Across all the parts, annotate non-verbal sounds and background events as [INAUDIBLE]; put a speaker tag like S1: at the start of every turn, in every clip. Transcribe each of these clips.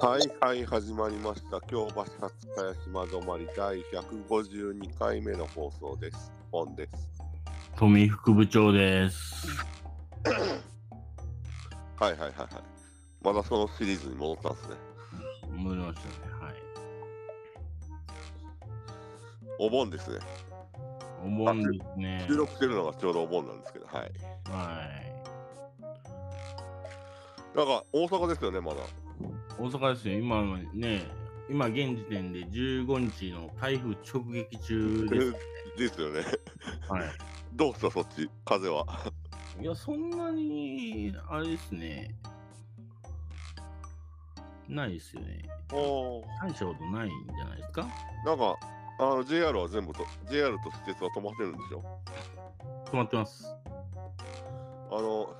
S1: はいはい始まりました京橋勝茅島止まり第152回目の放送ですポンです
S2: 富副部長です。
S1: はいはいはいはいまだそのシリーズに戻ったんですね
S2: 戻りましたね。はい。
S1: お盆ですね
S2: お盆ですね
S1: 収。録してるのがちょうどお盆なんですけどはい
S2: はい。
S1: なんか大阪ですよねまだ
S2: 大阪ですよ。今のね、今現時点で15日の台風直撃中です。
S1: ですよね [LAUGHS]
S2: は。
S1: どうしたそっち風はい
S2: いや、そんなに、あれですね。ないですよね。
S1: お
S2: 大したことないんじゃないですか
S1: なんかあの JR は全部と JR と私鉄は止まってるんでしょ
S2: 止まってます。
S1: あの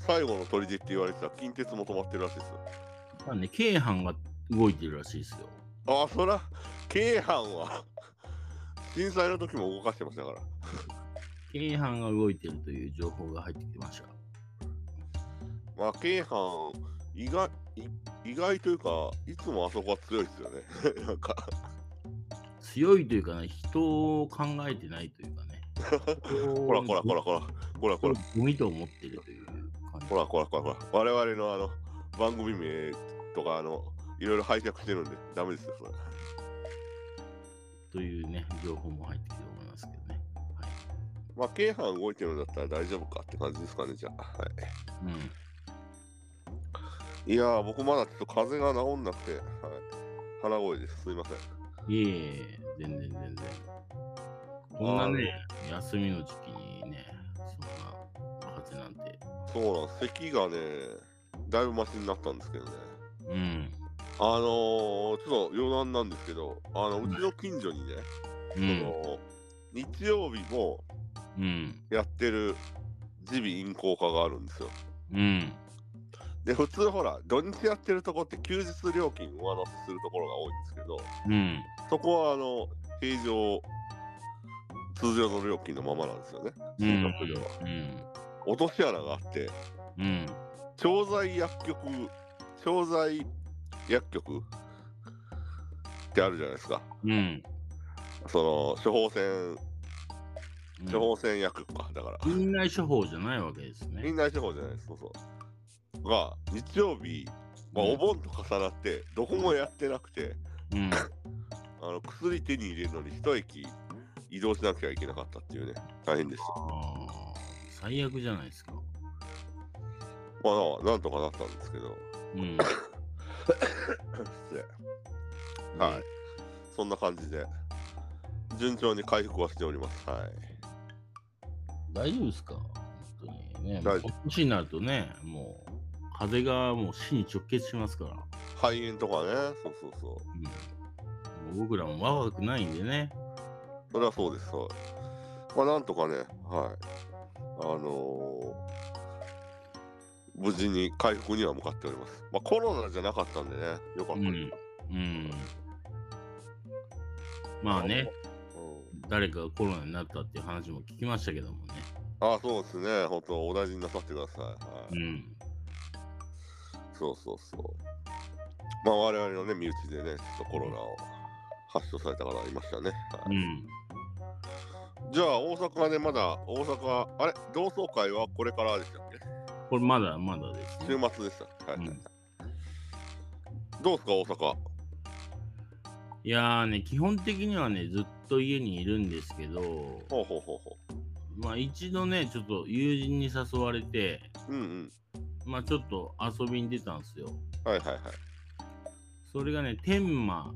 S1: 最後の砦って言われてた近鉄も止まってるらしいです
S2: なんで、京阪が動いてるらしいですよ。
S1: ああ、そら、京阪は、震災の時も動かしてましたから。
S2: 京阪が動いてるという情報が入ってきました。
S1: まあ、京阪、意外、い意外というか、いつもあそこは強いですよね。 [LAUGHS] なんか、
S2: 強いというかね、人を考えてないというかね。
S1: こらこらこらこら、こらこら、
S2: ゴミと思ってるという感じ
S1: こ。らこらこらこら、我々のあの、番組名とか、あの、いろいろ拝借してるんで、ダメですよ、それ。
S2: というね、情報も入ってきておりますけどね。
S1: まあ、京阪動いてるんだったら大丈夫かって感じですかね、じゃあ。は
S2: はい。
S1: い、いやー、僕まだちょっと風邪が治んなくて、はい、鼻声です。すいません。
S2: うん。いえいえ、全然全然。こんなね、休みの時期にね、そんな風なんて。
S1: そうなん咳がね、だいぶマシになったんですけどね。
S2: うん。
S1: あのー、ちょっと余談なんですけど、あの
S2: はいう
S1: ちの近所にね、
S2: う
S1: そ
S2: ん。
S1: の日曜日も
S2: うん。
S1: やってる耳鼻咽喉科があるんですよ。
S2: うん。
S1: で、普通ほら、土日やってるとこって休日料金上乗せするところが多いんですけど、
S2: うん。
S1: そこはあの平常、通常の料金のままなんですよね、
S2: うん。
S1: 診療料は。
S2: うん。
S1: 落とし穴があって、
S2: うん。
S1: 調剤薬局調剤薬局ってあるじゃないですか
S2: うん。
S1: その処方箋
S2: うん
S1: 処方箋薬局かだから
S2: 院内処方じゃないわけですね。
S1: 院内処方じゃないですそうそうが日曜日、まあ、
S2: うん
S1: お盆と重なってどこもやってなくて
S2: うん。
S1: あの薬手に入れるのに一駅移動しなきゃいけなかったっていうね大変でした
S2: あー最悪じゃないですか。
S1: まあなんとかなったんですけ
S2: [LAUGHS]
S1: ど
S2: うん。
S1: 失礼はい。そんな感じで順調に回復はしておりますはい
S2: 大丈夫ですか本当にね。
S1: 大
S2: も
S1: 丈夫
S2: うこの年になるとね、もう風がもう死に直結しますから。
S1: 肺炎とかね、そうそうそう。
S2: うん、もう僕らも若くないんでね。
S1: それはそうです、そう。まあ、なんとかね、はい。あのー無事に回復には向かっております。まあ、コロナじゃなかったんでね、よかった。う
S2: う
S1: んん。。
S2: うん。まあね、誰かがコロナになったっていう話も聞きましたけどもね。
S1: ああ、そうですね、本当お大事になさってください。は
S2: う
S1: い、
S2: ん。
S1: そうそうそう。まあ、我々のね、身内でね、ちょっとコロナを発症された方がいましたね。は
S2: う
S1: い
S2: ん。
S1: じゃあ、大阪はね、まだ、大阪、あれ、同窓会はこれからでしたっけ
S2: これまだまだです
S1: 週
S2: ね。
S1: 末でした。はい。
S2: うん
S1: どうですか、大阪。
S2: いやーね、基本的にはね、ずっと家にいるんですけど、
S1: ほうほうほうほ
S2: まあ一度ね、ちょっと友人に誘われて、
S1: う。うんうん。
S2: まあちょっと遊びに出たんですよ。
S1: はいはいはい。
S2: それがね、天満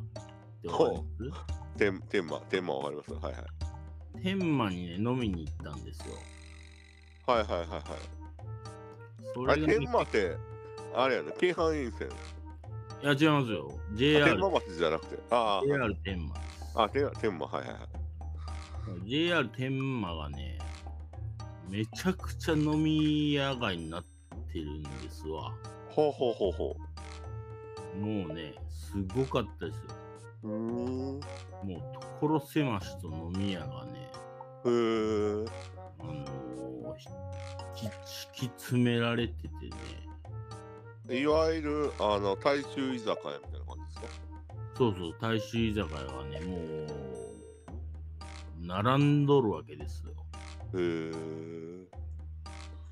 S2: ってわかりま
S1: ほ天天満、天満わかります。はいはい。
S2: す天満にね、飲みに行ったんですよ。
S1: はいはいはいはい。
S2: そ
S1: あ
S2: れ
S1: れ
S2: が、
S1: 天
S2: ね、
S1: 満って、あれやね、京阪沿線。
S2: いや、違いますよ。
S1: あ
S2: JR
S1: 天、満町じゃなくて。あー
S2: JR 天満です。
S1: あ、天天満、はいはいはい。
S2: JR 天満がね、めちゃくちゃ飲み屋街になってるんですわ。
S1: ほうほうほうほ
S2: もうね、すごかったですよ。
S1: う。うーん。へ
S2: もう、所狭しと飲み屋がね、
S1: ー。
S2: あのーひききき詰められててね、
S1: いわゆるあの大衆居酒屋みたいな感じですね。
S2: そうそう、大衆居酒屋はね、もう、並んどるわけですよ。
S1: へー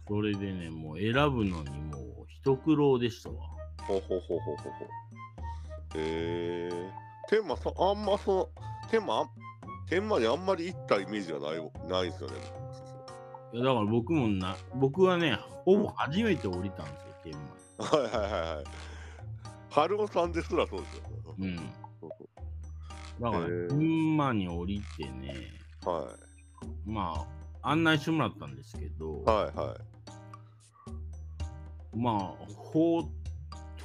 S2: それでね、もう選ぶのにもう一苦労でしたわ。
S1: ほほほほほほ。へえ。天満さん、あんまその、天満、あん天満にあんまり行ったイメージがないわないんですよね。
S2: いやだから僕もな、僕はね、ほぼ初めて降りたんですよ、天満。
S1: はいはいはいはい。春尾さんですらそうですよ。
S2: うん。
S1: そうそ
S2: だから
S1: へー、
S2: 天満に降りてね、
S1: うは
S2: まあ、案内してもらったんですけど、
S1: いはいはい。
S2: まあ、ほ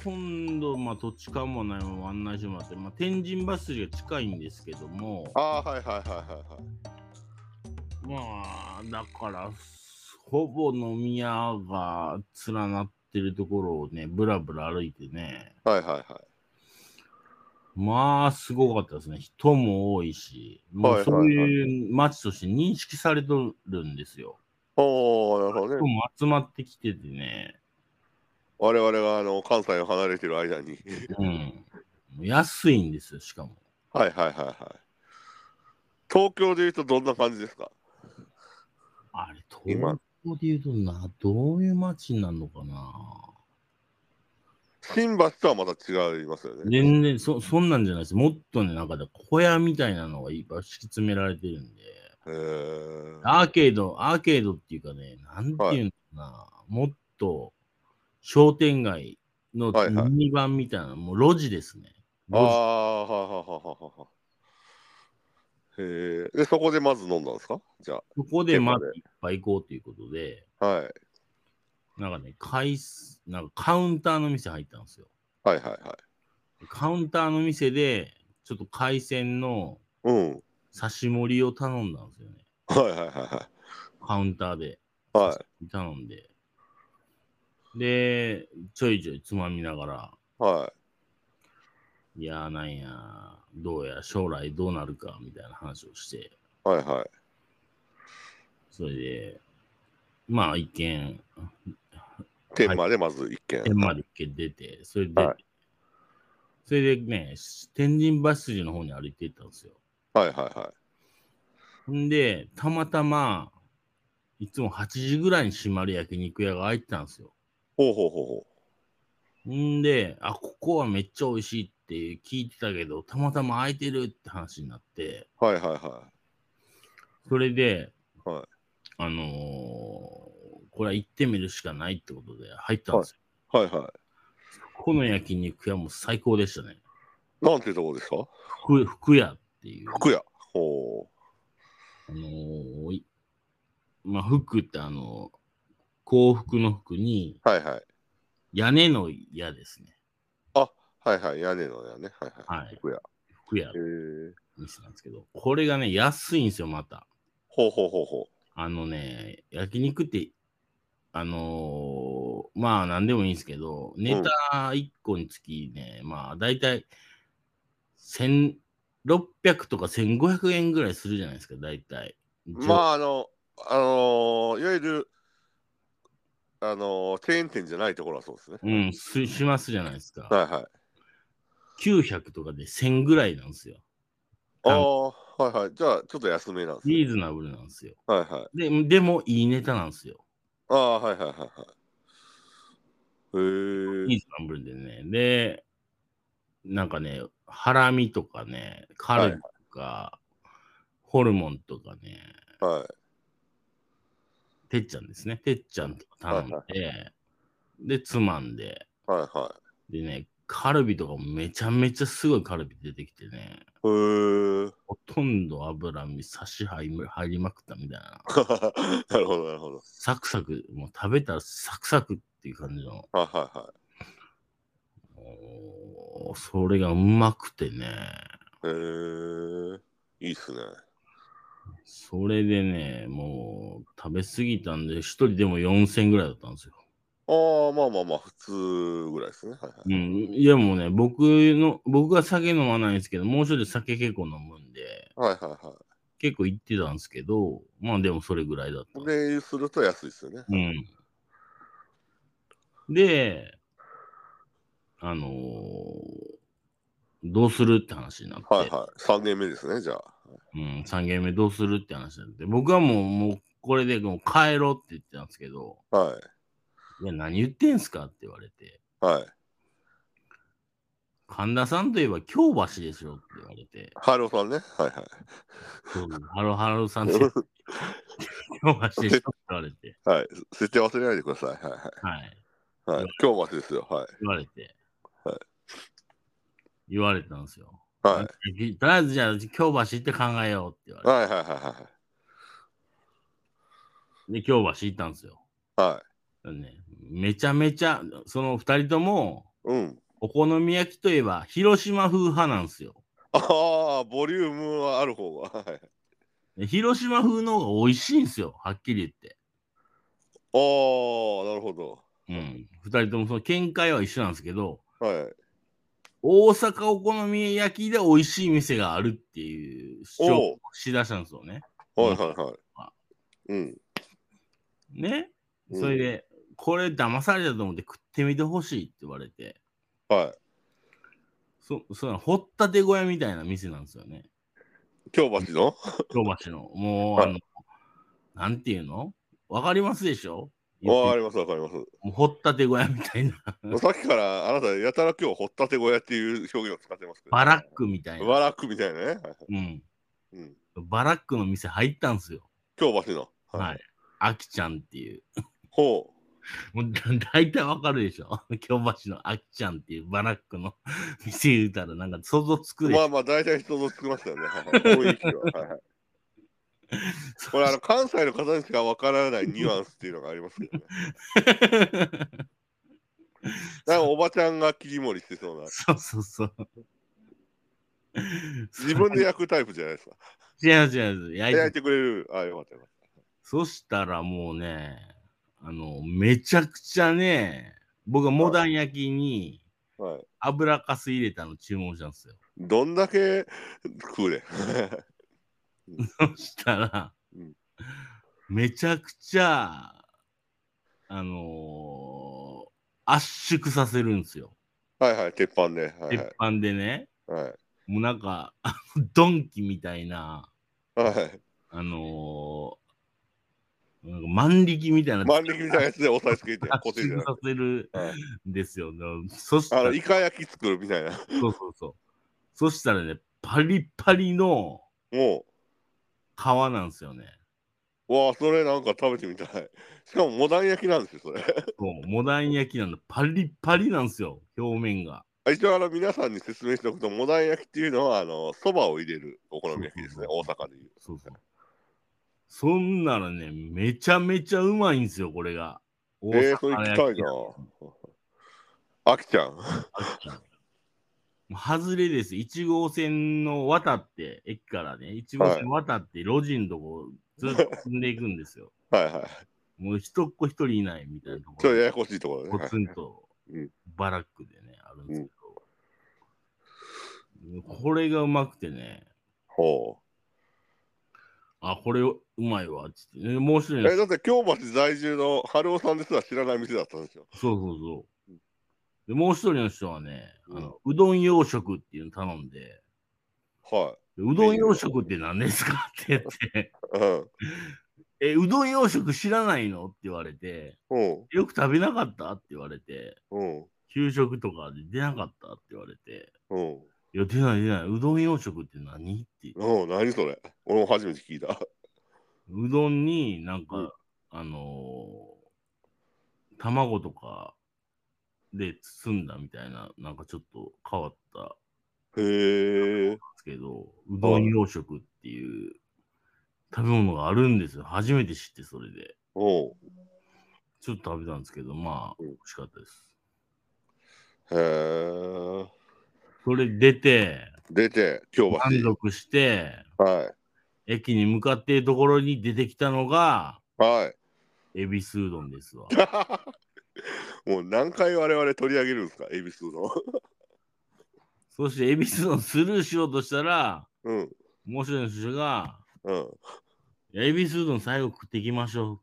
S2: とんど、まあ、土地勘もないまま案内してもらって、まあ、天神バス釣りが近いんですけども、
S1: ああ、はいはいはいはいはい。
S2: まあ、だから、ほぼ飲み屋が連なってるところをね、ぶらぶら歩いてね、
S1: はいはいはい。
S2: まあ、すごかったですね。人も多いし、
S1: は
S2: も
S1: いう
S2: そういう街として認識されとるんですよ。
S1: おお、なるほど
S2: 人
S1: ね。
S2: も集まってきててね、
S1: 我々があの関西を離れてる間に。
S2: うん。安いんですよ、しかも。
S1: はいはいはいはい。東京で言うとどんな感じですか
S2: あれ、東
S1: 今
S2: 京で言うとな、どういう街になるのかな。
S1: 新橋とはまた違いますよね。
S2: 全然そ、そんなんじゃないです。もっとね、なんかね小屋みたいなのがいっぱい敷き詰められてるんで。
S1: へー
S2: アーケード、アーケードっていうかね、なんていうんだろうな、もっと商店街の
S1: はいはい
S2: ミニ版みたいな、もう路地ですね。
S1: あ
S2: 路
S1: あ、はははははは。へえ。で、そこでまず飲んだんですかじゃ
S2: 地そこで
S1: テーマ
S2: ま
S1: で
S2: ずいっぱい行こうということで、
S1: あ。はい。
S2: なんかね、回数なんかカウンターの店入ったんですよ。
S1: はいはいはい。
S2: カウンターの店で、ちょっと海鮮の
S1: うん。
S2: 刺し盛りを頼んだんですよね。
S1: はいはいは
S2: カウンターで。
S1: いはい。はい。
S2: 頼んで。で、ちょいちょいつまみながら、
S1: はい
S2: やーなんや、どうや、将来どうなるかみたいな話をして、
S1: い。はいはい。
S2: それで、まあ一見、
S1: 天満でまず一軒。
S2: 天まで一見出て、それで、
S1: はい
S2: それでね、天神橋筋の方に歩いていったんですよ。
S1: はいはいは
S2: ほんで、たまたま、いつも8時ぐらいに閉まる焼肉屋が開いてたんですよ。
S1: い。ほうほうほうほ
S2: んで、あ、ここはめっちゃ美味しいって聞いてたけど、たまたま空いてるって話になって、
S1: う。はいはいは
S2: それで、
S1: はい
S2: あのーこれは行ってみるしかないってことで入ったんですよ。
S1: い。はいは
S2: ここの焼肉屋も最高でしたね。
S1: い。なんてとこですか
S2: 福福屋っていう、
S1: 服屋。ほ
S2: あのーいまあ、福ってあの幸福の福に
S1: う。はいはい。
S2: 屋根の屋ですね。
S1: あ、はいはい。屋根の屋ね。はいはい。
S2: はい
S1: 服屋。へ
S2: 福屋
S1: え
S2: の。店なんですけど、これがね、安いんですよ、また。
S1: ほうほうほうほ
S2: あのね、焼肉って、あのーまあ何でもいいんですけど、ネタ1個につきね、まあ大体1600とか1500円ぐらいするじゃないですか、大体。
S1: う。まあ、あの、あのーいわゆる、あのーチェーン店じゃないところはそうですね。
S2: うん、すしますじゃないですか。
S1: はいはい。
S2: 900とかで1000ぐらいなんですよ。
S1: ああ、はいはい。じゃあ、ちょっと安めなんですね。
S2: リーズナブルなんですよ。
S1: はいはい。
S2: ででもいいネタなんですよ。
S1: ああ、はいはいはいはい。へ
S2: リ
S1: え。
S2: ーズナブルでね。で、なんかね、ハラミとかね、カルビとか、ホルモンとかね、
S1: は
S2: てっちゃんですね。てっちゃんとか頼んで、で、つまんで、
S1: いはいは
S2: でね、カルビとかもめちゃめちゃすごいカルビ出てきてね、
S1: い。へえ。
S2: ほとんど脂身、差し入り入りまくったみたいな。
S1: [LAUGHS] なるほどなるほど。
S2: サクサク、もう食べたらサクサクっていう感じの、
S1: はいはいはい。
S2: おーそれがうまくてね、
S1: へえ、いいっすね。
S2: それでね、もう食べ過ぎたんで、一人でも4000ぐらいだったんですよ。
S1: ああ、まあまあまあ、普通ぐらいですね。はいはい。
S2: うん、いやもうね、僕の、僕は酒飲まないんですけど、もう一人酒結構飲むんで、
S1: はいはいは
S2: 結構行ってたんですけど、まあでもそれぐらいだった。
S1: い。で、すると安いっすよね。
S2: うん、で、あのーどうするって話になって、
S1: はいはい。3年目ですね、じゃあ。
S2: うん、3軒目どうするって話になって、僕はもう、もうこれでもう帰ろうって言ってたんですけど、
S1: はい
S2: や、何言ってんすかって言われて、
S1: い。はい。
S2: 神田さんといえば京橋でしょって言われて、
S1: ハローさんね。はいはい。
S2: そうハロハ
S1: [LAUGHS]
S2: ロさんといえば京橋でしょって言われて、
S1: はい。設定忘れないでください。はいはい。
S2: はい、
S1: はい、今日までですよ。はい。
S2: 言われて、
S1: はい
S2: 言われたんですよ。
S1: はい。
S2: い、とりあえずじゃあ京橋行って考えようって言われて、
S1: はいはいはいは
S2: で、京橋行ったんですよ。
S1: い。は
S2: ね、めちゃめちゃ、その2人とも、
S1: い。うん。
S2: お好み焼きといえば、広島風派なんですよ。
S1: ああ、ボリュームはある方が。はい。
S2: で広島風の方が美味しいんですよ、はっきり
S1: ああ、なるほど。
S2: 言って。うん。2人ともその見解は一緒なんですけど、
S1: はい。
S2: 大阪お好み焼きで美味しい店があるっていう主張
S1: お
S2: をしだしたんですよね。
S1: はいはいはい。うん。
S2: ね。
S1: うん
S2: それで、これ騙されたと思って食ってみてほしいって言われて、
S1: は
S2: そその掘ったて小屋みたいな店なんですよ
S1: [LAUGHS]
S2: ね。
S1: い。京橋の
S2: 京橋の。もう、
S1: はい
S2: あの、なんていうのわかりますでしょ
S1: わか
S2: も
S1: りますわかります。
S2: う掘ったて小屋み
S1: [LAUGHS]
S2: たいな、
S1: さっきからあなたやたら今日掘ったて小屋っていう表現を使ってますけど。
S2: バラックみたいな。
S1: バラックみたいなね。はいはい
S2: うん。
S1: うん。
S2: バラックの店入ったんですよ。
S1: 京橋の。
S2: はい。。あきちゃんっていう。
S1: ほ
S2: もうだ [LAUGHS] 大体わかるでしょ [LAUGHS] 京橋のあきちゃんっていうバラックの [LAUGHS] 店言うたらなんか想像つ
S1: う。
S2: くでし
S1: まあ
S2: ょ、
S1: まあ大体人のつきましたよね。はいはい雰囲気は。はい [LAUGHS] はい。これあの関西の方にしかわからないニュアンスっていうのがありますけどね。なんかおばちゃんが切り盛りしてそうな。
S2: [LAUGHS] そうそうそう。
S1: 自分で焼くタイプじゃないですか。
S2: 違う違う違う。焼いて
S1: 焼いてくれる。あよかったよかっ
S2: そしたらもうね、あの、めちゃくちゃね、僕はモダン焼きに
S1: た。はい。
S2: 油かす入れたの注文したんですよ。 [LAUGHS]
S1: どんだけ食うねん。 [LAUGHS]
S2: そしたら
S1: うん、
S2: めちゃくちゃ、あのー圧縮させるんですよ。
S1: はいはい、鉄板ね。はい
S2: 鉄
S1: はい。
S2: 板でね、
S1: はい
S2: もうなんか、あのドンキみたいな、
S1: はい。
S2: あのーなんか万力みたいな、
S1: 万力みたいなやつで押さえつけて、
S2: 圧
S1: 固定じゃ
S2: 縮
S1: な
S2: さ
S1: くて。
S2: せる
S1: はい
S2: んですよ。そした
S1: あ
S2: ら
S1: の、イカ焼き作るみたいな。
S2: そうそうそう。そしたらね、パリパリの
S1: も
S2: 皮なんですよね。
S1: う、わあ、それなんか食べてみたい。しかもモダン焼きなんですよ、それ。
S2: そうモダン焼きなんでパリパリなんですよ、表面が。
S1: 一応、あの、皆さんに説明しておくと、モダン焼きっていうのは、あの、そばを入れるお好み焼きですね、大阪でいう。
S2: そうそう。そんならね、めちゃめちゃうまいんですよ、これが。大
S1: えー、それ行きたい
S2: き
S1: な。あきちゃん。
S2: もう外れです。1号線の渡って、駅からね、1号線渡って、路地のとこずっと進んでいくんですよ。
S1: はいはい。
S2: もう一っ子一人いないみたいなとこ
S1: ちょっ
S2: ろ
S1: と。ややこしいところ
S2: ポ
S1: ね。はい
S2: ツンと
S1: うん
S2: バラックでね、あるんですけど、これがうまくてね、
S1: ほ
S2: あ、これうまいわっつって、ね、面白
S1: う。
S2: い
S1: え、
S2: な。
S1: だって京橋在住の春尾さんですら知らない店だったんですよ。
S2: そうそうそう。で、もう一人の人はね、
S1: うん
S2: あのうどん洋食っていうの頼んで、
S1: は
S2: でうどん洋食って何ですかって言って、
S1: い。うん。
S2: え、うどん洋食知らないのって言われて、
S1: うん。
S2: よく食べなかったって言われて、
S1: うん。
S2: 給食とかで出なかったって言われて、
S1: うん。
S2: いや、出ない出ない、うどん洋食って何って
S1: うん、何それ俺も初めて聞いた。
S2: うどんになんか、
S1: うん
S2: あのー卵とかで包んだみたいな、なんかちょっと変わったんで
S1: へえ。
S2: すけど、うどん洋食っていう食べ物があるんですよ。初めて知って、それで。
S1: うん。
S2: ちょっと食べたんですけど、まあ、
S1: うん
S2: 美味しかったです。
S1: へえ。
S2: それ出て、
S1: 出て、京
S2: 満
S1: 橋。
S2: 足して、
S1: は
S2: 駅に向かっているところに出てきたのが、
S1: い。は
S2: エビスうどんです
S1: [LAUGHS]
S2: わ。
S1: い。もう何回我々取り上げるんですか、恵比寿の。 [LAUGHS]
S2: そして、エビスうどんスルーしようとしたら、
S1: うん。
S2: 面白い人が、
S1: うん。
S2: エビスうどん最後食っていきましょ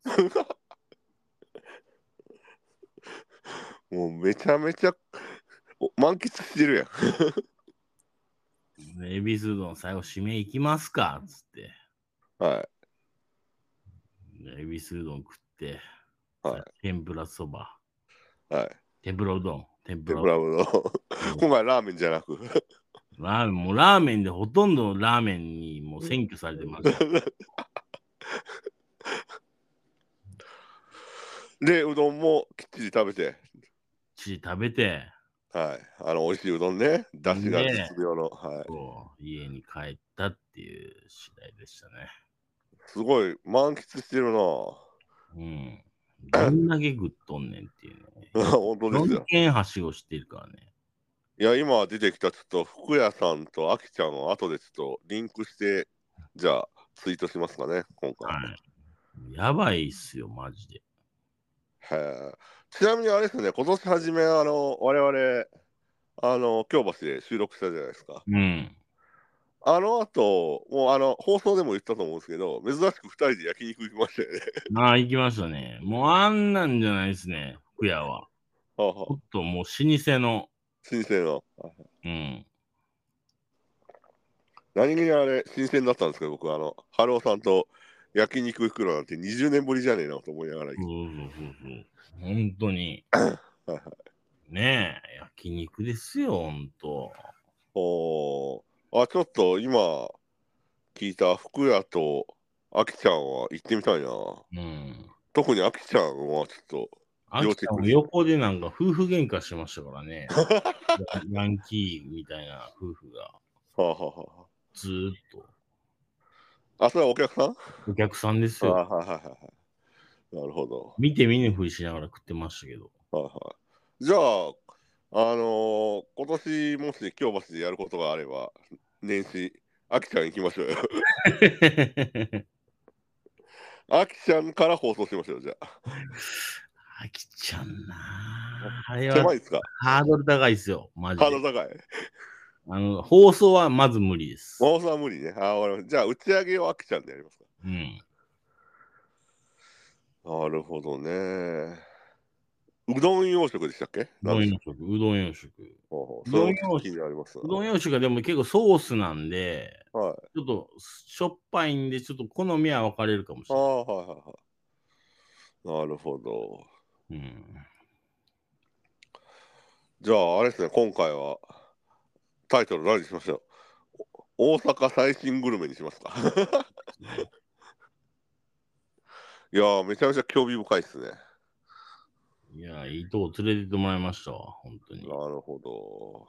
S2: う。
S1: もうめちゃめちゃお満喫してるやん。
S2: エビス丼最後締めいきますかっつって。
S1: はい。
S2: エビス丼食って、
S1: はい
S2: 天ぷらそば、
S1: はい。
S2: 天ぷらうどん、天ぷ
S1: で、
S2: ら
S1: ブラブの。
S2: うん
S1: 今回ラーメンじゃなく。
S2: ラーメン、もうラーメンでほとんどラーメンにもう占拠されてます。
S1: [LAUGHS] で、うどんもきっちり食べて。
S2: チリ食べて、
S1: はい。あの、美味しいうどんね。だしが
S2: ね
S1: 絶妙の。はい。
S2: こう家に帰ったっていう次第でした
S1: すごい、満喫してるな [LAUGHS]
S2: ね。うん。どんだけ食っとんねんっていうね。
S1: 本当です
S2: 4
S1: よ。
S2: 軒はしごしてるからね。
S1: いや、今出てきたちょっと、福屋さんとあきちゃんを後でちょっとリンクして、じゃあ、ツイートしますかね、今回。
S2: はい。やばいっすよ、マジで。
S1: へえちなみにあれですね、今年初め、あの、我々、あの、京橋で収録したじゃないですか。
S2: うん。
S1: あの後、もうあの、放送でも言ったと思うんですけど、珍しく2人で焼肉行きましたよね。
S2: まあ、行きましたね。もうあんなんじゃないですね、福屋は。
S1: はあは
S2: ち
S1: あ
S2: ょっともう老舗の、
S1: 新鮮の。
S2: うん。
S1: 何気にあれ、新鮮だったんですけど、僕、あの、春尾さんと焼肉行くのなんて20年ぶりじゃねえなと思いながら
S2: そうそうそうそう。本当に。
S1: はいは
S2: ねえ、焼肉ですよ、本当。
S1: おーあ、ちょっと今、聞いた福屋とあきちゃんは行ってみたいな。
S2: うん。
S1: 特にあきちゃんはちょっと、
S2: あきちゃんも横でなんか夫婦喧嘩してましたか
S1: [LAUGHS]
S2: らね。ヤンキーみたいな夫婦が
S1: はあはあはあ
S2: ずーっと。
S1: あ、それはお客さん
S2: お客さんです
S1: あ
S2: よ。
S1: はいはいはい。なるほど。
S2: 見て見ぬふりしながら食ってました
S1: [LAUGHS]
S2: けど。
S1: はいはい。じゃあ、あのー今年もし京橋でやることがあれば、年始、あきちゃん行きましょうよ。あきちゃんから放送しましょう、じゃあ。
S2: あきちゃんなああれ
S1: 狭
S2: はい
S1: ですか
S2: ハードル高いですよ、マジ
S1: ハードル
S2: で。
S1: 高い。
S2: あの放送はまず無理です。
S1: 真央さんは無理ね。あーわかりましたじゃあ、打ち上げをあきちゃんでやりますか。
S2: うん。
S1: なるほどね。うどん養殖でしたっけ
S2: うどん
S1: なんで
S2: 洋食、うどん洋食。
S1: ほうほう
S2: う
S1: そ
S2: どん
S1: れ
S2: 養殖
S1: も気になります。
S2: うどん洋食がでも結構ソースなんで、
S1: はい。
S2: ちょっとしょっぱいんで、ちょっと好みは分かれるかもし
S1: あ
S2: れ
S1: あ、
S2: ない。
S1: はいはいはい。なるほど。
S2: うん、
S1: じゃあ、あれですね、今回はタイトル何にしましょうお大阪最新グルメにしますか。 [LAUGHS] いやー、めちゃめちゃ興味深いですね。
S2: いや、いいとこ連れてってもらいましたわ、本当に。
S1: なるほど。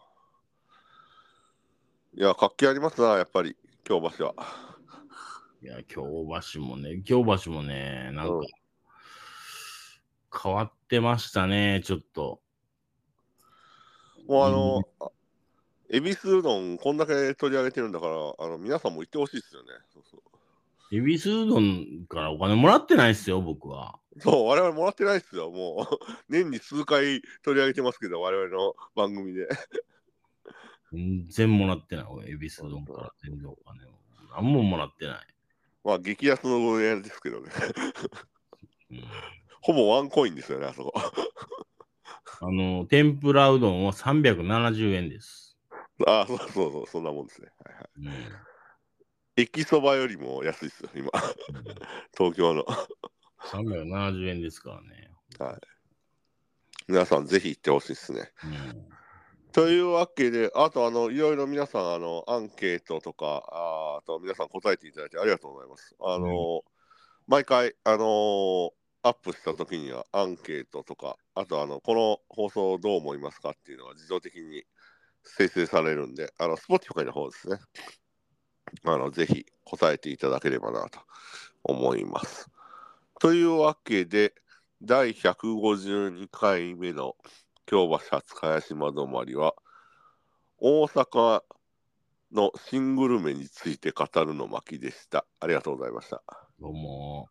S1: いや、活気ありますな、やっぱり、京橋は。
S2: いや、京橋もね、京橋もね、なんか
S1: うん、
S2: 変わってましたね、ちょっと。
S1: もうあの、あ恵比寿うどん、こんだけ取り上げてるんだから、あの皆さんも行ってほしいですよね。そうそう
S2: エビスうどんからお金もらってないっすよ、僕は。
S1: そう、我々もらってないですよ。もう、 [LAUGHS] 年に数回取り上げてますけど、我々の番組で。 [LAUGHS]
S2: 全然もらってない、俺エビスうどんから全然お金を。何ももらってない。
S1: まあ、激安の運営ですけどね。 [LAUGHS]
S2: うん
S1: ほぼワンコインですよね、あそこ。 [LAUGHS]
S2: あの、天ぷらうどんは370円です。
S1: あそうそうそう、そんなもんですね。はいは
S2: うん
S1: い、駅そばよりも安いですよ、今、 [LAUGHS] 東京の。
S2: 370円ですからね。
S1: 皆さん、ぜひ行ってほしいですね。
S2: うん
S1: というわけで、あと、あの、いろいろ皆さん、あの、アンケートとか、あーあと、皆さん答えていただいてありがとうございます。あの、毎回、あのーアップした時にはアンケートとか、あと、あの、この放送どう思いますかっていうのが自動的に生成されるんで、あの、Spotify の方ですね。あの、ぜひ答えていただければなと思います。というわけで、第152回目の京橋初茅島止まりは、大阪の新グルメについて語るの巻でした。ありがとうございました。
S2: どうも。